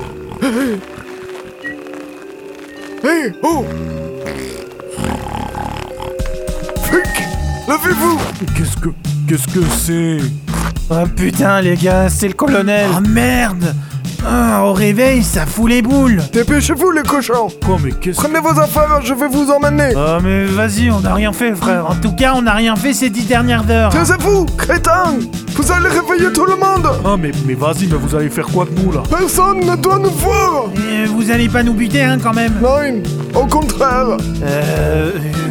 hey. Hey, oh Fuck Levez-vous Qu'est-ce que. Qu'est-ce que c'est Oh putain, les gars, c'est le colonel Ah merde Ah, Au réveil, ça fout les boules Dépêchez-vous, les cochons Quoi, mais qu'est-ce que. Prenez vos affaires, je vais vous emmener Oh mais vas-y, on n'a rien fait, frère. En tout cas, on n'a rien fait ces dix dernières heures Taisez-vous, crétin Vous allez réveiller tout le monde Ah, mais, mais vas-y, mais vous allez faire quoi de nous là Personne ne doit nous voir Et vous allez pas nous buter, hein, quand même Non, au contraire Euh,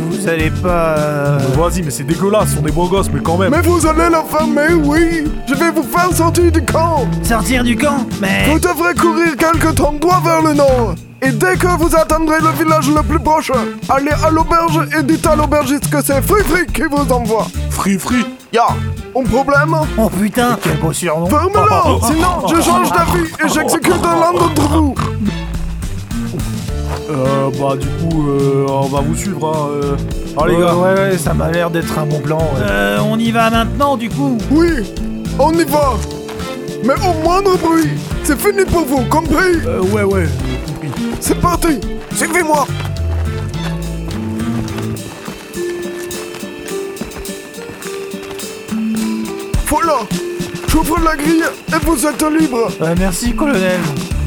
vous allez pas... euh, Vas-y, mais c'est dégueulasse, on est beaux gosses, mais quand même. Mais vous allez la fermer, oui Je vais vous faire sortir du camp Sortir du camp Mais... Vous devrez courir quelque temps droit vers le nord Et dès que vous atteindrez le village le plus proche, allez à l'auberge et dites à l'aubergiste que c'est Free Free qui vous envoie Free free Ya Un problème Oh putain Quel beau surnom Oh, Ferme-le Sinon, je change d'avis et j'exécute l'un d'entre vous Euh, bah, du coup, euh, on va vous suivre, hein. euh. Ah, les Ouais, gars ouais, ouais, ça m'a l'air d'être un bon plan. ouais. Euh, on y va maintenant, du coup Oui, on y va Mais au moindre bruit, c'est fini pour vous, compris Euh, ouais, ouais. C'est parti Suivez-moi Voilà J'ouvre la grille et vous êtes libre Euh, merci, colonel.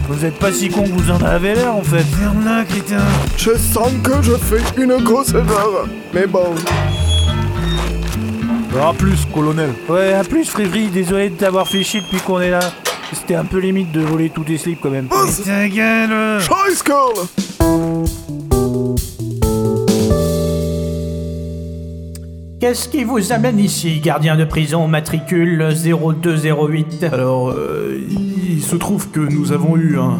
Vous êtes pas si con que vous en avez l'air, en fait. Ferme là, crétin Je sens que je fais une grosse erreur. Mais bon, Ah, plus, colonel. Ouais, à plus, Frivry. Désolé de t'avoir fait chier depuis qu'on est là. C'était un peu limite de voler tous tes slips, quand même. Buzz Ta gueule Choice Call Qu'est-ce qui vous amène ici, gardien de prison matricule 0208 Alors, euh, il se trouve que nous avons eu un,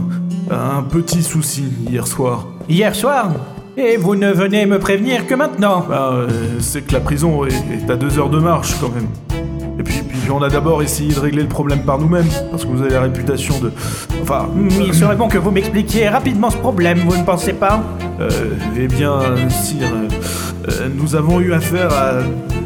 un petit souci hier soir. Hier soir Et vous ne venez me prévenir que maintenant Bah, euh, c'est que la prison est, est à deux heures de marche quand même. Et puis, puis on a d'abord essayé de régler le problème par nous-mêmes, parce que vous avez la réputation de... Enfin, Hmm, Il serait bon que vous m'expliquiez rapidement ce problème, vous ne pensez pas euh, eh bien, sire, euh, euh, nous avons eu affaire à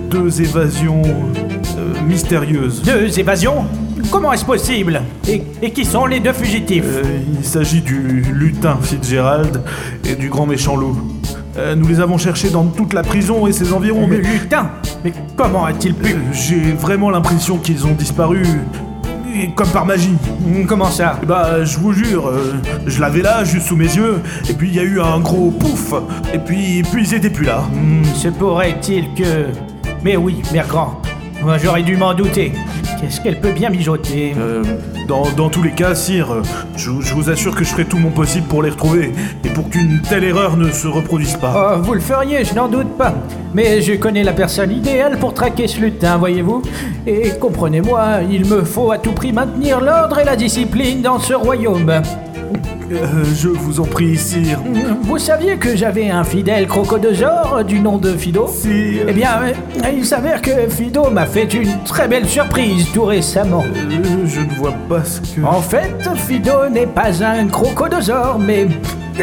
deux évasions euh, mystérieuses. Deux évasions Comment est-ce possible et, et qui sont les deux fugitifs Euh, il s'agit du lutin Fitzgerald et du grand méchant loup. Euh, nous les avons cherchés dans toute la prison et ses environs, Le mais lutin Mais comment a-t-il pu euh, j'ai vraiment l'impression qu'ils ont disparu. et Comme par magie. Hmm, Comment ça Eh Bah, je vous jure, euh, je l'avais là, juste sous mes yeux, et puis il y a eu un gros pouf, et puis, et puis ils étaient plus là. Hmm, Se pourrait-il que... Mais oui, Mère Grand, moi, j'aurais dû m'en douter. Qu'est-ce qu'elle peut bien mijoter Euh, dans, dans tous les cas, sire, euh, je, vous- je vous assure que je ferai tout mon possible pour les retrouver, et pour qu'une telle erreur ne se reproduise pas. Oh, vous le feriez, je n'en doute pas. Mais je connais la personne idéale pour traquer ce lutin, voyez-vous. Et comprenez-moi, il me faut à tout prix maintenir l'ordre et la discipline dans ce royaume. Euh, je vous en prie, sire. Vous saviez que j'avais un fidèle crocodosaure euh, du nom de Fido Sire. Eh bien, euh, il s'avère que Fido m'a fait une très belle surprise tout récemment. Euh, je ne vois pas ce que. En fait, Fido n'est pas un crocodosaure, mais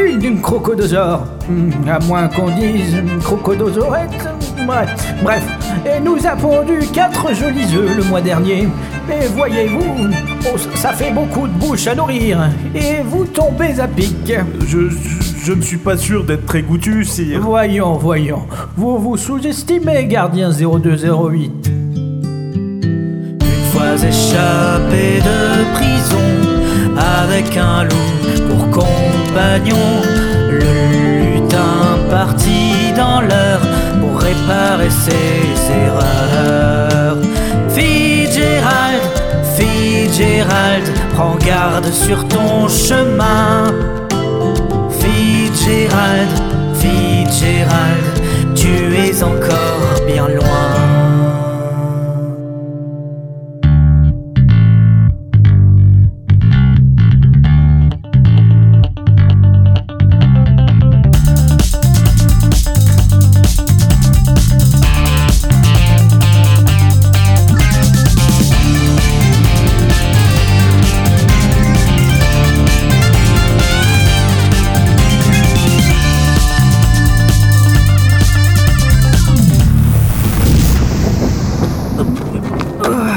une d'une crocodosaure. Hmm, À moins qu'on dise hmm, crocodosaurette. Bref, bref. Et nous a pondu quatre jolis œufs le mois dernier. Et voyez-vous, oh, ça fait beaucoup de bouche à nourrir. Et vous tombez à pic. Je, je, je ne suis pas sûr d'être très goûtu, sire. Voyons, voyons. Vous vous sous-estimez, gardien 0208. Une fois échappé de prison, avec un loup pour compagnon, le lutin parti dans l'heure pour réparer ses erreurs. Fitzgerald, Fitzgerald, prends garde sur ton chemin. Fitzgerald, Fitzgerald, tu es encore bien loin.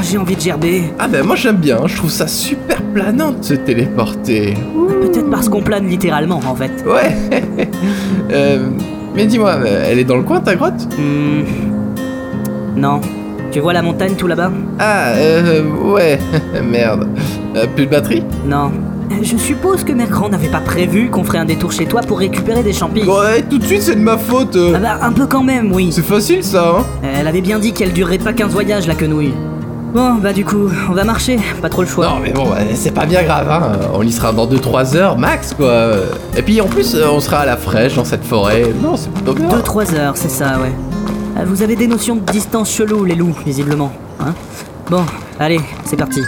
j'ai envie de gerber. Ah ben moi j'aime bien, je trouve ça super planant de se téléporter. Peut-être parce qu'on plane littéralement en fait. Ouais Euh, Mais dis-moi, euh, elle est dans le coin ta grotte Hmm. Non. Tu vois la montagne tout là-bas Ah, euh, ouais, merde. Euh, plus de batterie Non. Je suppose que Mercran n'avait pas prévu qu'on ferait un détour chez toi pour récupérer des champignons. Ouais, tout de suite c'est de ma faute euh. Ah bah un peu quand même, oui. C'est facile ça, hein Elle avait bien dit qu'elle durerait pas 15 voyages la quenouille. Bon bah du coup, on va marcher, pas trop le choix. Non mais bon, bah, c'est pas bien grave, hein. On y sera dans 2-3 heures max, quoi. Et puis en plus, euh, on sera à la fraîche dans cette forêt. Non, c'est plutôt bien. 2-3 heures, c'est ça, ouais. Euh, Vous avez des notions de distance chelou, les loups, visiblement. Hein bon, allez, c'est parti.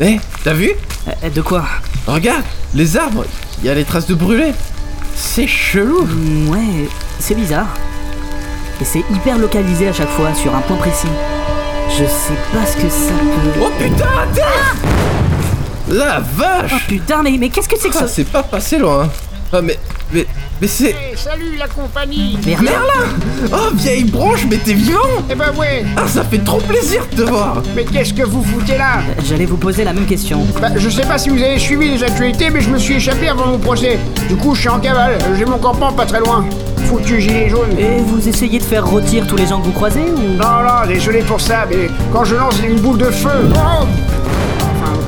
Eh, t'as vu Euh, De quoi Regarde, les arbres, il y a les traces de brûlé. C'est chelou. Hmm, Ouais, c'est bizarre. Et c'est hyper localisé à chaque fois, sur un point précis. Je sais pas ce que ça peut... Oh putain, attends La Oh vache putain, mais, mais qu'est-ce que c'est que Ah, ça C'est pas passé loin. Ah mais, mais, mais c'est... Salut la compagnie Merlin Oh vieille branche, mais t'es vivant Eh ben ouais Ah ça fait trop plaisir de te voir Mais qu'est-ce que vous foutez là Euh, J'allais vous poser la même question. Bah, je sais pas si vous avez suivi les actualités, mais je me suis échappé avant mon procès. Du coup, je suis en cavale. J'ai mon campement pas très loin. Foutu gilet jaune. Et vous essayez de faire rôtir tous les gens que vous croisez ou... Non, non, désolé pour ça, mais quand je lance une boule de feu... Oh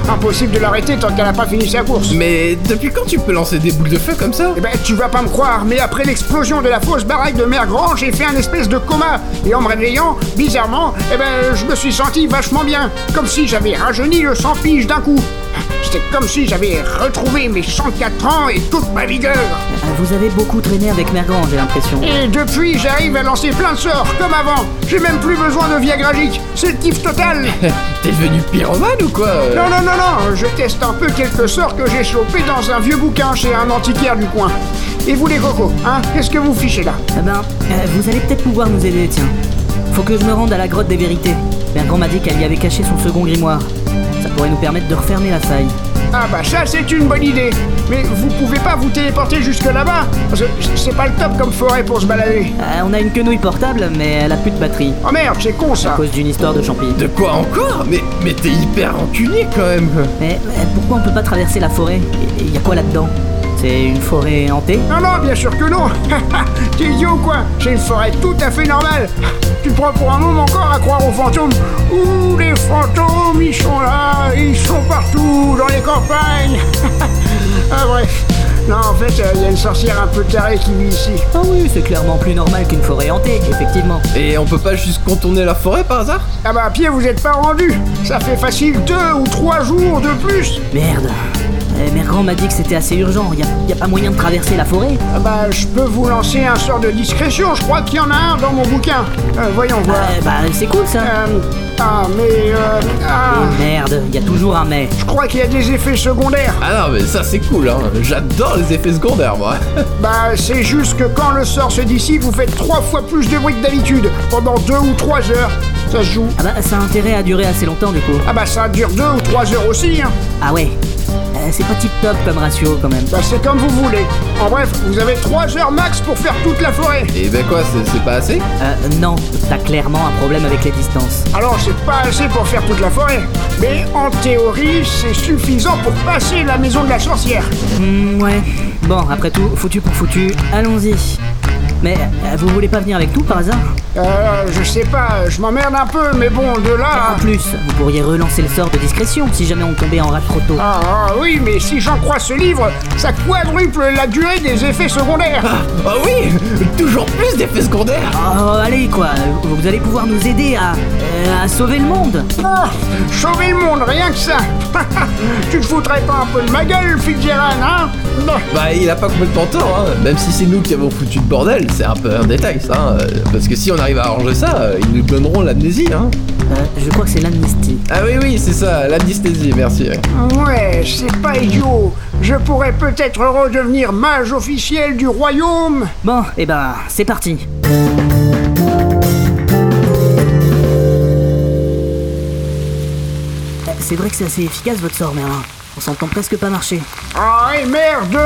Enfin, impossible de l'arrêter tant qu'elle a pas fini sa course. Mais depuis quand tu peux lancer des boules de feu comme ça Eh ben, tu vas pas me croire, mais après l'explosion de la fausse baraque de Mère Grand, j'ai fait un espèce de coma. Et en me réveillant, bizarrement, eh ben, je me suis senti vachement bien. Comme si j'avais rajeuni le sans fiche d'un coup. C'était comme si j'avais retrouvé mes 104 ans et toute ma vigueur. Euh, Vous avez beaucoup traîné avec Mergan, j'ai l'impression. Et depuis, j'arrive à lancer plein de sorts, comme avant. J'ai même plus besoin de viagragique. C'est le kiff total. Eh, T'es devenu pyromane ou quoi euh Non, non, non, non, je teste un peu quelques sorts que j'ai chopés dans un vieux bouquin chez un antiquaire du coin. Et vous les cocos, hein, qu'est-ce que vous fichez là Eh ben, euh, vous allez peut-être pouvoir nous aider, tiens. Faut que je me rende à la grotte des vérités. Bertrand m'a dit qu'elle y avait caché son second grimoire. Ça pourrait nous permettre de refermer la faille. Ah bah ça c'est une bonne idée. Mais vous pouvez pas vous téléporter jusque là-bas Parce que c'est pas le top comme forêt pour se balader. Euh, on a une quenouille portable, mais elle a plus de batterie. Oh merde, c'est con À ça. cause d'une histoire de champi. De quoi encore Mais, mais t'es hyper enculé quand même quoi. Mais euh, pourquoi on peut pas traverser la forêt Et- et Y a quoi là-dedans C'est une forêt hantée Non, non, bien sûr que non. T'es idiot ou quoi C'est une forêt tout à fait normale. Tu te prends pour un homme encore à croire aux fantômes. Ouh, les fantômes, ils sont là, ils sont partout, dans les campagnes. ah bref. Non, en fait, euh, il y a une sorcière un peu tarée qui vit ici. Ah oui, c'est clairement plus normal qu'une forêt hantée, effectivement. Et on peut pas juste contourner la forêt par hasard Ah bah à pied, vous êtes pas rendu. Ça fait facile deux ou trois jours de plus. Merde. Euh, Mergan m'a dit que c'était assez urgent. Y a, y a pas moyen de traverser la forêt Ah bah, je peux vous lancer un sort de discrétion, je crois qu'il y en a un dans mon bouquin. Euh, voyons voir. Euh, Bah, c'est cool ça. Euh, ah, mais... euh, ah, Merde, y a toujours un mais. je crois qu'il y a des effets secondaires. Ah non mais ça c'est cool hein, j'adore les effets secondaires moi Bah, c'est juste que quand le sort se dissipe, vous faites trois fois plus de bruit que d'habitude, pendant deux ou trois heures. Ça se joue. Ah bah, ça a intérêt à durer assez longtemps du coup. Ah bah, ça dure deux ou trois heures aussi, hein. Ah ouais. Euh, c'est pas tip top comme ratio quand même. Bah, c'est comme vous voulez. En bref, vous avez trois heures max pour faire toute la forêt. Et ben quoi, c'est- c'est pas assez Euh, non, t'as clairement un problème avec les distances. Alors, c'est pas assez pour faire toute la forêt. Mais en théorie, c'est suffisant pour passer la maison de la sorcière. Hmm, ouais. Bon, après tout, foutu pour foutu, allons-y. Mais euh, vous voulez pas venir avec nous par hasard Euh, je sais pas, je m'emmerde un peu, mais bon, de là. En plus, vous pourriez relancer le sort de discrétion si jamais on tombait en rade trop tôt. Ah, ah, oui, mais si j'en crois ce livre, ça quadruple la durée des effets secondaires. Ah oui Toujours plus d'effets secondaires Oh, allez quoi, vous allez pouvoir nous aider à, euh, à sauver le monde. Ah, sauver le monde, rien que ça. tu te foutrais pas un peu de ma gueule, Fitzgerald, hein Non. Bah il a pas complètement tort hein, même si c'est nous qui avons foutu le bordel, c'est un peu un détail ça, hein. parce que si on arrive à arranger ça, euh, ils nous donneront l'amnésie hein. Euh, je crois que c'est l'amnistie. Ah oui oui c'est ça, l'amnistésie, merci. Bah, Ouais, c'est pas idiot. Je pourrais peut-être redevenir mage officiel du royaume. Bon, et ben, c'est parti. C'est vrai que c'est assez efficace votre sort, Merlin. On s'entend presque pas marcher. Ah et merde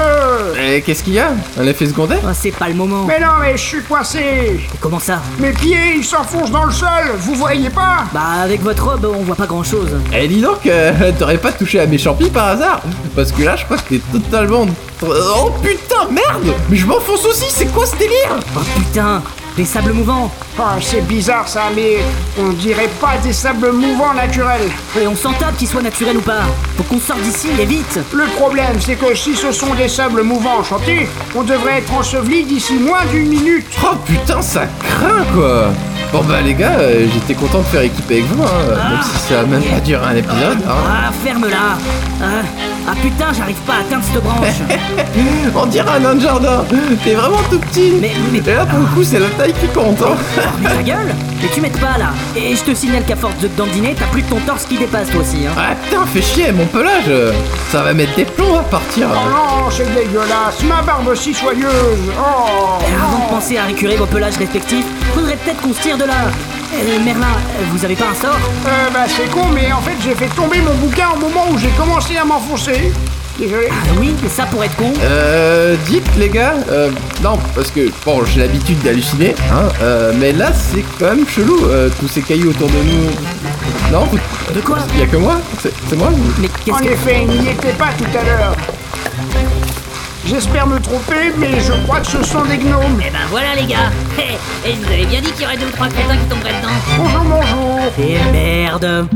Et qu'est-ce qu'il y a Un effet secondaire Oh, c'est pas le moment. Mais non, mais je suis coincé Comment ça Mes pieds, ils s'enfoncent dans le sol Vous voyez pas Bah, avec votre robe, on voit pas grand chose. Eh dis donc, euh, t'aurais pas touché à mes champis par hasard Parce que là, je crois que t'es totalement... Oh putain, merde Mais je m'enfonce aussi, c'est quoi ce délire Oh putain Les sables mouvants Ah, c'est bizarre ça, mais on dirait pas des sables mouvants naturels. Et on s'en tape qu'ils soient naturels ou pas. Faut qu'on sorte d'ici et vite Le problème, c'est que si ce sont des sables mouvants enchantés, on devrait être enseveli d'ici moins d'une minute. Oh putain, ça craint quoi Bon bah les gars, euh, j'étais content de faire équipe avec vous, hein, même si ça a même pas duré un épisode. hein. Ah, ferme-la ah, ah, putain, j'arrive pas à atteindre cette branche Mmh, On dirait un nain de jardin T'es vraiment tout petit Mais- mais- Et là pour le coup, c'est la taille qui compte hein. Ah, Mais ta gueule Mais tu m'aides pas là Et je te signale qu'à force de te dandiner, t'as plus de ton torse qui dépasse toi aussi, hein Ah putain, fais chier, mon pelage euh, Ça va mettre des plombs à partir hein. Oh non, c'est dégueulasse, ma barbe aussi soyeuse. Oh, Et Avant de non. penser à récurer vos pelages respectifs, faudrait peut-être qu'on se tire de là Euh, Merlin, euh, vous avez pas un sort Euh, bah c'est con, mais en fait j'ai fait tomber mon bouquin au moment où j'ai commencé à m'enfoncer. Désolé. Ah oui, mais ça pour être con Euh, dites les gars, euh, non, parce que bon, j'ai l'habitude d'halluciner, hein, euh, mais là c'est quand même chelou, euh, tous ces cailloux autour de nous. Non, vous- De quoi il y a que moi, c'est c'est moi. vous- Mais En qu'est-ce que... effet, il n'y était pas tout à l'heure. J'espère me tromper, mais je crois que ce sont des gnomes. Eh Bah, ben voilà les gars Et je vous avais bien dit qu'il y aurait deux ou trois crétins qui tomberaient dedans Bonjour, bonjour. Eh merde